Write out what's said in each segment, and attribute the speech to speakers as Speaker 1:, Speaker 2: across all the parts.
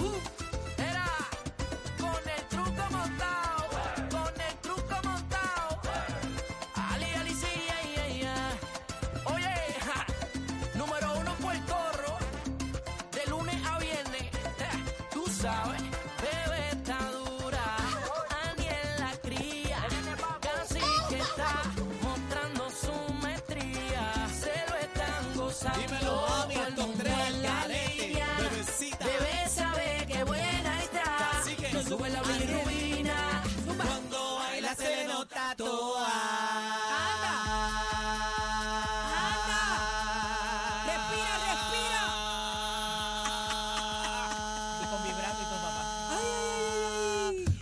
Speaker 1: Uh, eh, sabes, bebé está dura. Aniel la cría, casi que está mostrando su maestría. Se lo están gozando.
Speaker 2: Dímelo, mami,
Speaker 1: todo el
Speaker 2: estos
Speaker 1: mundo
Speaker 2: tres
Speaker 1: en
Speaker 2: al
Speaker 1: la
Speaker 2: garete.
Speaker 1: línea.
Speaker 2: Bebecita.
Speaker 1: Bebé sabe que buena está.
Speaker 2: Así que
Speaker 1: No sube la
Speaker 2: Aniel.
Speaker 1: bilirrubina. Zumba.
Speaker 2: Cuando baila se le nota toa.
Speaker 1: Anda. Respira, respira.
Speaker 2: Y con vibrato y todo, papá.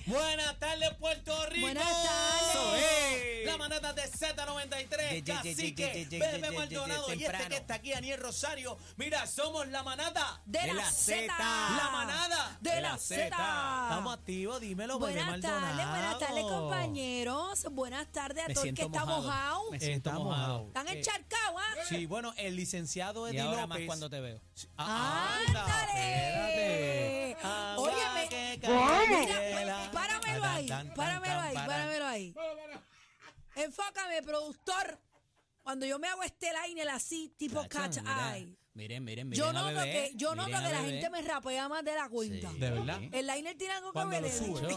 Speaker 2: Buenas tardes, Puerto Rico.
Speaker 3: Buenas tardes.
Speaker 2: Eso es.
Speaker 4: Ey.
Speaker 2: La manada de Z93,
Speaker 4: Ye, ye, ye, ye,
Speaker 2: Cacique,
Speaker 4: ye, ye, ye,
Speaker 2: Bebe
Speaker 4: ye,
Speaker 2: Maldonado
Speaker 4: ye,
Speaker 2: y este
Speaker 4: temprano.
Speaker 2: que está aquí, Aniel Rosario. Mira, somos la manada.
Speaker 3: De,
Speaker 4: De
Speaker 3: la,
Speaker 4: la
Speaker 3: Z.
Speaker 4: Zeta.
Speaker 2: La manada.
Speaker 3: De la Z.
Speaker 2: Estamos activos, dímelo, Bebé
Speaker 3: Buenas tardes,
Speaker 2: Maldonado.
Speaker 3: buenas tardes, compañeros. Buenas tardes a
Speaker 4: Me
Speaker 3: todo el que
Speaker 4: siento
Speaker 3: está
Speaker 4: mojado.
Speaker 3: mojado.
Speaker 4: Me siento
Speaker 2: Estamos
Speaker 4: mojado.
Speaker 2: out.
Speaker 3: Están
Speaker 2: Eh,
Speaker 3: encharcados, ¿ah?
Speaker 2: Sí, bueno, el licenciado Eddie
Speaker 4: Y ahora
Speaker 2: López.
Speaker 4: más cuando te veo.
Speaker 2: Ah,
Speaker 3: ¡Ándale!
Speaker 2: Ah,
Speaker 3: Óyeme.
Speaker 2: que
Speaker 3: Mira,
Speaker 2: candela.
Speaker 3: pues, páramelo ahí,
Speaker 2: Tan, tan,
Speaker 3: páramelo
Speaker 2: tan,
Speaker 3: ahí,
Speaker 2: paran.
Speaker 3: páramelo ahí. Enfócame, productor. Cuando yo me hago este liner así, tipo catch
Speaker 4: Chacho, mira,
Speaker 3: eye.
Speaker 4: Miren, miren, miren.
Speaker 3: Yo
Speaker 4: a
Speaker 3: noto
Speaker 4: bebé,
Speaker 3: que, yo
Speaker 4: miren
Speaker 3: noto
Speaker 4: a
Speaker 3: que la
Speaker 4: bebé.
Speaker 3: gente me rapea más de la cuenta.
Speaker 4: Sí.
Speaker 2: ¿De verdad?
Speaker 3: El liner tiene algo que
Speaker 2: Cuando
Speaker 3: ver.
Speaker 2: lo
Speaker 3: ¿eh?
Speaker 2: sube.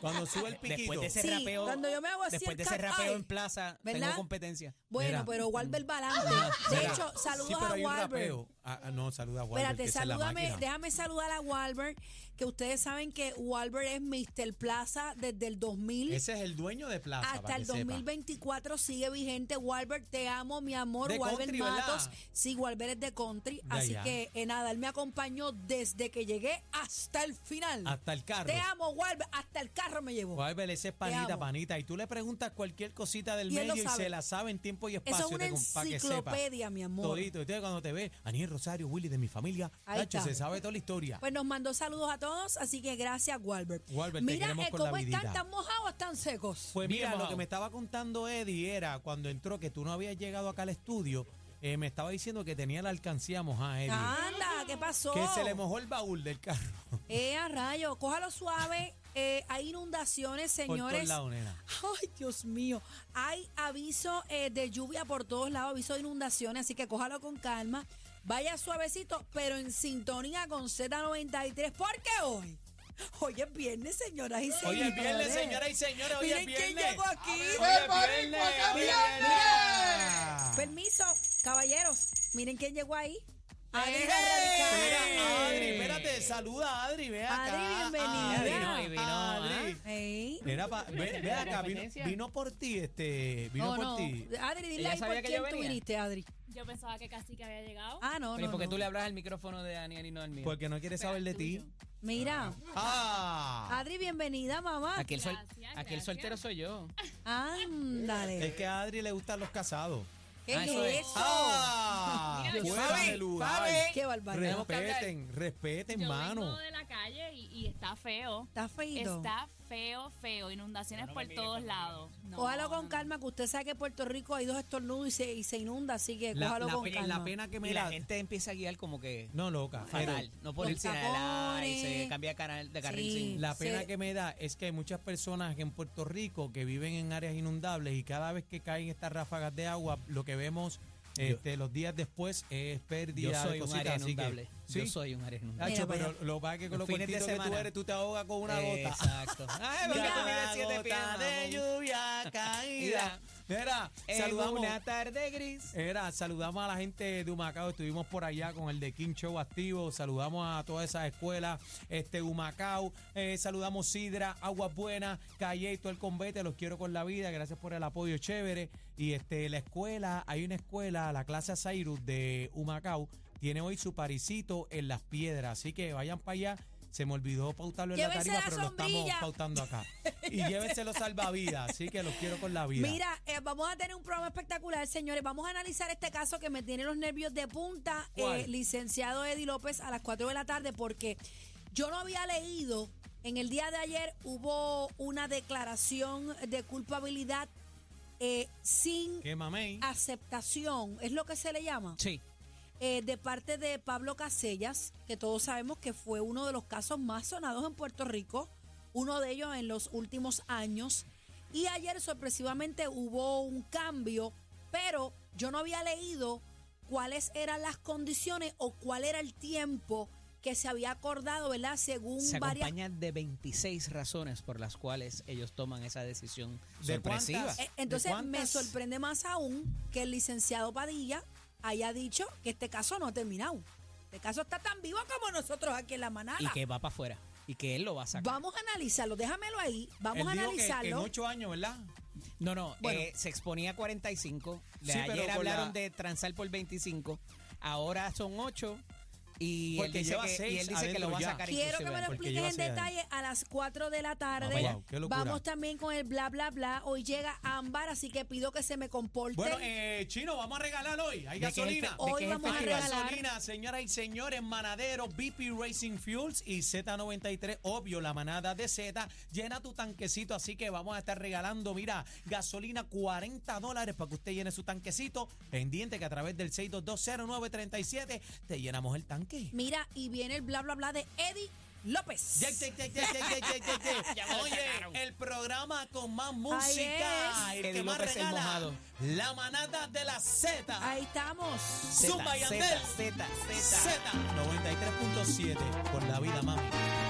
Speaker 2: Cuando sube el piquito.
Speaker 4: Después de ese
Speaker 3: Sí,
Speaker 4: rapeo.
Speaker 3: cuando yo me hago así
Speaker 4: Después
Speaker 3: el
Speaker 4: de ese
Speaker 3: cat
Speaker 4: rapeo
Speaker 3: eye.
Speaker 4: en plaza,
Speaker 3: ¿Verdad?
Speaker 4: tengo competencia.
Speaker 3: Bueno,
Speaker 2: Mira. Mm.
Speaker 3: pero Walbert Balante. De hecho, saludos
Speaker 2: sí, pero
Speaker 3: a
Speaker 2: hay un
Speaker 3: Walbert.
Speaker 2: rapeo. Ah, ah, no, saluda a Walbert.
Speaker 3: Espérate,
Speaker 2: que esa es la
Speaker 3: salúdame,
Speaker 2: máquina.
Speaker 3: déjame saludar a Walbert, que ustedes saben que Walbert es Mr. Plaza desde el 2000
Speaker 2: Ese es el dueño de Plaza.
Speaker 3: hasta
Speaker 2: para
Speaker 3: el
Speaker 2: que sepa.
Speaker 3: 2024, sigue vigente. Walbert, te amo, mi amor.
Speaker 2: De
Speaker 3: Walbert
Speaker 2: country, ¿verdad?
Speaker 3: Matos. Sí, Walbert es de country.
Speaker 2: De
Speaker 3: así
Speaker 2: allá.
Speaker 3: que eh, nada, él me acompañó desde que llegué hasta el final.
Speaker 2: Hasta el carro.
Speaker 3: te amo, Walbert. Hasta el carro me llevó.
Speaker 2: Walbert, ese es
Speaker 3: Te
Speaker 2: panita,
Speaker 3: amo.
Speaker 2: panita. Y tú le preguntas cualquier cosita del
Speaker 3: Y él lo
Speaker 2: medio y
Speaker 3: sabe.
Speaker 2: se la sabe en tiempo y espacio.
Speaker 3: Eso es una
Speaker 2: te- pa' que sepa.
Speaker 3: enciclopedia, mi amor.
Speaker 2: Todito. Entonces, cuando te ve, Aniel Rosario, Willy de mi familia,
Speaker 3: Ahí
Speaker 2: Nacho,
Speaker 3: está.
Speaker 2: se sabe toda la historia.
Speaker 3: Pues nos mandó saludos a todos, así que gracias, Walbert.
Speaker 2: Walbert, te
Speaker 3: Mira,
Speaker 2: queremos
Speaker 3: eh,
Speaker 2: con la
Speaker 3: ¿cómo están?
Speaker 2: vidita.
Speaker 3: ¿Están mojados o están secos?
Speaker 2: Pues
Speaker 4: Bien
Speaker 2: mira, lo
Speaker 4: mojado.
Speaker 2: que me estaba contando Eddie era cuando entró que tú no habías llegado acá al estudio, eh, me estaba diciendo que tenía la alcancía mojada, Eddie.
Speaker 3: Anda, ¿qué pasó?
Speaker 2: Que se le mojó el baúl del carro.
Speaker 3: Eh, a rayo, cójalo suave. Eh, hay inundaciones,
Speaker 2: Por todos
Speaker 3: señores.
Speaker 2: lados, nena.
Speaker 3: Ay, Dios mío. Hay aviso eh, de lluvia por todos lados, aviso de inundaciones, así que cójalo con calma. Vaya suavecito, pero en sintonía con Z93, porque hoy, hoy es viernes, señoras y señores.
Speaker 2: Hoy es viernes, señoras y señores, hoy es
Speaker 3: Miren quién
Speaker 2: viernes.
Speaker 3: llegó aquí.
Speaker 2: Hoy es viernes, hoy es viernes.
Speaker 3: Permiso, caballeros, miren quién llegó ahí. Adri
Speaker 2: ¡Ey! Mira,
Speaker 3: Radical.
Speaker 2: Adri, espérate, saluda a Adri, ve acá.
Speaker 3: Adri, bienvenida.
Speaker 2: Adri, ah.
Speaker 4: Vino y vino,
Speaker 2: Adri.
Speaker 3: Ey.
Speaker 2: Era pa- ve, ve acá, vino,
Speaker 4: competencia.
Speaker 2: vino por ti, este, vino
Speaker 3: No,
Speaker 2: por
Speaker 3: no.
Speaker 2: ti.
Speaker 3: Adri, dile
Speaker 4: Ella
Speaker 3: ahí por
Speaker 4: sabía que
Speaker 3: quién
Speaker 4: yo
Speaker 3: tú
Speaker 4: venía.
Speaker 3: viniste, Adri.
Speaker 5: Yo pensaba que casi que había llegado.
Speaker 3: Ah, no,
Speaker 4: Oye,
Speaker 3: no.
Speaker 4: porque
Speaker 3: no.
Speaker 4: tú le hablas al micrófono de Daniel y no al mío.
Speaker 2: Porque no quiere saber de ti.
Speaker 3: Mira,
Speaker 2: Ah,
Speaker 3: Adri, bienvenida, mamá.
Speaker 4: Aquí Ah, el, sol-
Speaker 5: Gracias,
Speaker 4: aquí el
Speaker 5: gracias.
Speaker 4: soltero soy yo.
Speaker 2: es
Speaker 3: Ándale.
Speaker 2: que a Adri le gustan los casados.
Speaker 3: ¿Qué
Speaker 4: Ah,
Speaker 3: es
Speaker 4: eso es.
Speaker 3: eso?
Speaker 2: Ah,
Speaker 5: Mira,
Speaker 2: fuera
Speaker 4: Fabi,
Speaker 2: de lugar.
Speaker 4: Fabi.
Speaker 3: Qué barbaridad.
Speaker 4: Tenemos que hablar.
Speaker 2: Respeten, respeten,
Speaker 5: Yo
Speaker 2: mano.
Speaker 5: vengo de la calle y, y está feo.
Speaker 3: Está feito.
Speaker 5: Está feo, feo. Inundaciones por todos lados. No,
Speaker 3: Cójalo
Speaker 5: no,
Speaker 3: con
Speaker 5: no.
Speaker 3: calma, que usted sabe que en Puerto Rico hay dos estornudos y se, y se inunda, así que
Speaker 2: La,
Speaker 3: cójalo
Speaker 2: la
Speaker 3: con
Speaker 2: pe-
Speaker 3: calma.
Speaker 2: la pena que me
Speaker 4: Y la
Speaker 2: da-
Speaker 4: gente este empieza a guiar como que.
Speaker 2: No, loca.
Speaker 4: fatal.
Speaker 2: pero
Speaker 4: No por
Speaker 3: Los
Speaker 4: irse de la- y
Speaker 3: tapones.
Speaker 4: se cambia de canal de carril
Speaker 3: Sí.
Speaker 4: sin.
Speaker 2: La
Speaker 3: Se-
Speaker 2: pena que me da es que hay muchas personas en Puerto Rico que viven en áreas inundables y cada vez que caen estas ráfagas de agua, lo que vemos este, los días después es pérdida
Speaker 4: Yo soy
Speaker 2: de
Speaker 4: un
Speaker 2: cositas.
Speaker 4: área
Speaker 2: así que-
Speaker 4: inundable.
Speaker 2: ¿Sí?
Speaker 4: Yo soy un área inundable.
Speaker 2: Tacho,
Speaker 3: Mira para
Speaker 2: pero lo que pasa es que con
Speaker 4: Los
Speaker 2: los
Speaker 4: fines de
Speaker 2: cortitos que tú
Speaker 4: semana.
Speaker 2: eres, tú te ahogas con una gota.
Speaker 4: Exacto. Ay, porque
Speaker 3: Mira.
Speaker 4: tú mides
Speaker 2: Cada
Speaker 4: siete pies,
Speaker 2: gota de
Speaker 4: mamón.
Speaker 2: lluvia caída. Mira,
Speaker 4: Saludamos.
Speaker 2: saludamos.
Speaker 4: Eh, una tarde gris.
Speaker 2: Era, saludamos a la gente de Humacao, estuvimos por allá con el de King Show activo, saludamos a todas esas escuelas, este Humacao, eh, saludamos Sidra, Aguas Buenas, Calle y todo el convete, los quiero con la vida, gracias por el apoyo chévere. Y este la escuela, hay una escuela, la clase Cyrus de Humacao, tiene hoy su parisito en las piedras, así que vayan para allá. Se me olvidó pautarlo en la
Speaker 3: Llévense la
Speaker 2: tarima, pero lo estamos
Speaker 3: sombrilla.
Speaker 2: pautando acá. Y llévense los salvavidas, así que los quiero con la vida.
Speaker 3: Mira, eh, vamos a tener un programa espectacular, señores. Vamos a analizar este caso que me tiene los nervios de punta,
Speaker 2: ¿Cuál?
Speaker 3: eh, licenciado Eddie López, a las 4 de la tarde, porque yo no había leído, en el día de ayer hubo una declaración de culpabilidad eh, sin
Speaker 2: que mamey.
Speaker 3: aceptación, es lo que se le llama,
Speaker 4: Sí.
Speaker 3: eh, de parte de Pablo Casellas, que todos sabemos que fue uno de los casos más sonados en Puerto Rico, uno de ellos en los últimos años. Y ayer sorpresivamente hubo un cambio, pero yo no había leído cuáles eran las condiciones o cuál era el tiempo que se había acordado, ¿verdad? Según
Speaker 4: Se
Speaker 3: varias...
Speaker 4: acompaña de 26 razones por las cuales ellos toman esa decisión
Speaker 2: ¿De
Speaker 4: sorpresiva.
Speaker 2: cuántas?
Speaker 3: Eh, Entonces
Speaker 2: ¿De
Speaker 3: me
Speaker 2: cuántas?
Speaker 3: sorprende más aún que el licenciado Padilla haya dicho que este caso no ha terminado. Este caso está tan vivo como nosotros aquí en la manada.
Speaker 4: Y que va para afuera. Y que él lo va a sacar.
Speaker 3: Vamos a analizarlo, déjamelo ahí, vamos
Speaker 2: Él
Speaker 3: a
Speaker 2: dijo que- que en
Speaker 3: analizarlo.
Speaker 2: ocho años, ¿verdad?
Speaker 4: No, no,
Speaker 3: Bueno.
Speaker 4: eh, se exponía a 45. De
Speaker 2: Sí, pero
Speaker 4: ayer
Speaker 2: con
Speaker 4: hablaron
Speaker 2: la-
Speaker 4: de transar por 25. Ahora son 8. Y
Speaker 2: Porque
Speaker 4: él dice,
Speaker 2: lleva
Speaker 4: que, y
Speaker 2: seis
Speaker 4: él dice que lo
Speaker 2: adentro
Speaker 4: va a
Speaker 2: ya.
Speaker 4: sacar
Speaker 3: Quiero que
Speaker 4: inclusive.
Speaker 3: me lo
Speaker 2: porque
Speaker 3: expliques
Speaker 2: lleva
Speaker 3: en
Speaker 2: seis años.
Speaker 3: detalle a las 4 de la tarde.
Speaker 2: Vamos, qué locura.
Speaker 3: Vamos también con el bla bla bla. Hoy llega Ámbar, así que pido que se me comporte.
Speaker 2: Bueno, eh, Chino, vamos a regalar hoy. Hay
Speaker 4: ¿De qué es el
Speaker 2: gasolina.
Speaker 4: fe- este, de
Speaker 3: Hoy
Speaker 4: qué es el
Speaker 3: vamos a
Speaker 2: Hay
Speaker 4: festival?
Speaker 3: regalar.
Speaker 2: gasolina, señoras y señores, Manadero, BP Racing Fuels y Z93, obvio, la manada de Z. Llena tu tanquecito, así que vamos a estar regalando, mira, gasolina 40 dólares para que usted llene su tanquecito. Pendiente que a través del 6220937 te llenamos el tanque.
Speaker 3: Mira, y viene el bla bla bla de Eddie López.
Speaker 2: Ya, ya, ya, ya, ya, ya, ya, ya, ya.
Speaker 4: Ya me lo sacaron.
Speaker 2: Oye, el programa con más música,
Speaker 3: Ahí
Speaker 2: el
Speaker 4: Eddie
Speaker 2: que más
Speaker 4: López el
Speaker 2: regala,
Speaker 4: mojado.
Speaker 2: la manada de la Z.
Speaker 3: Ahí estamos.
Speaker 2: Zumba y
Speaker 4: Z,
Speaker 2: Andel.
Speaker 4: Z, Z, Z.
Speaker 2: Z93.7 por la vida, mami.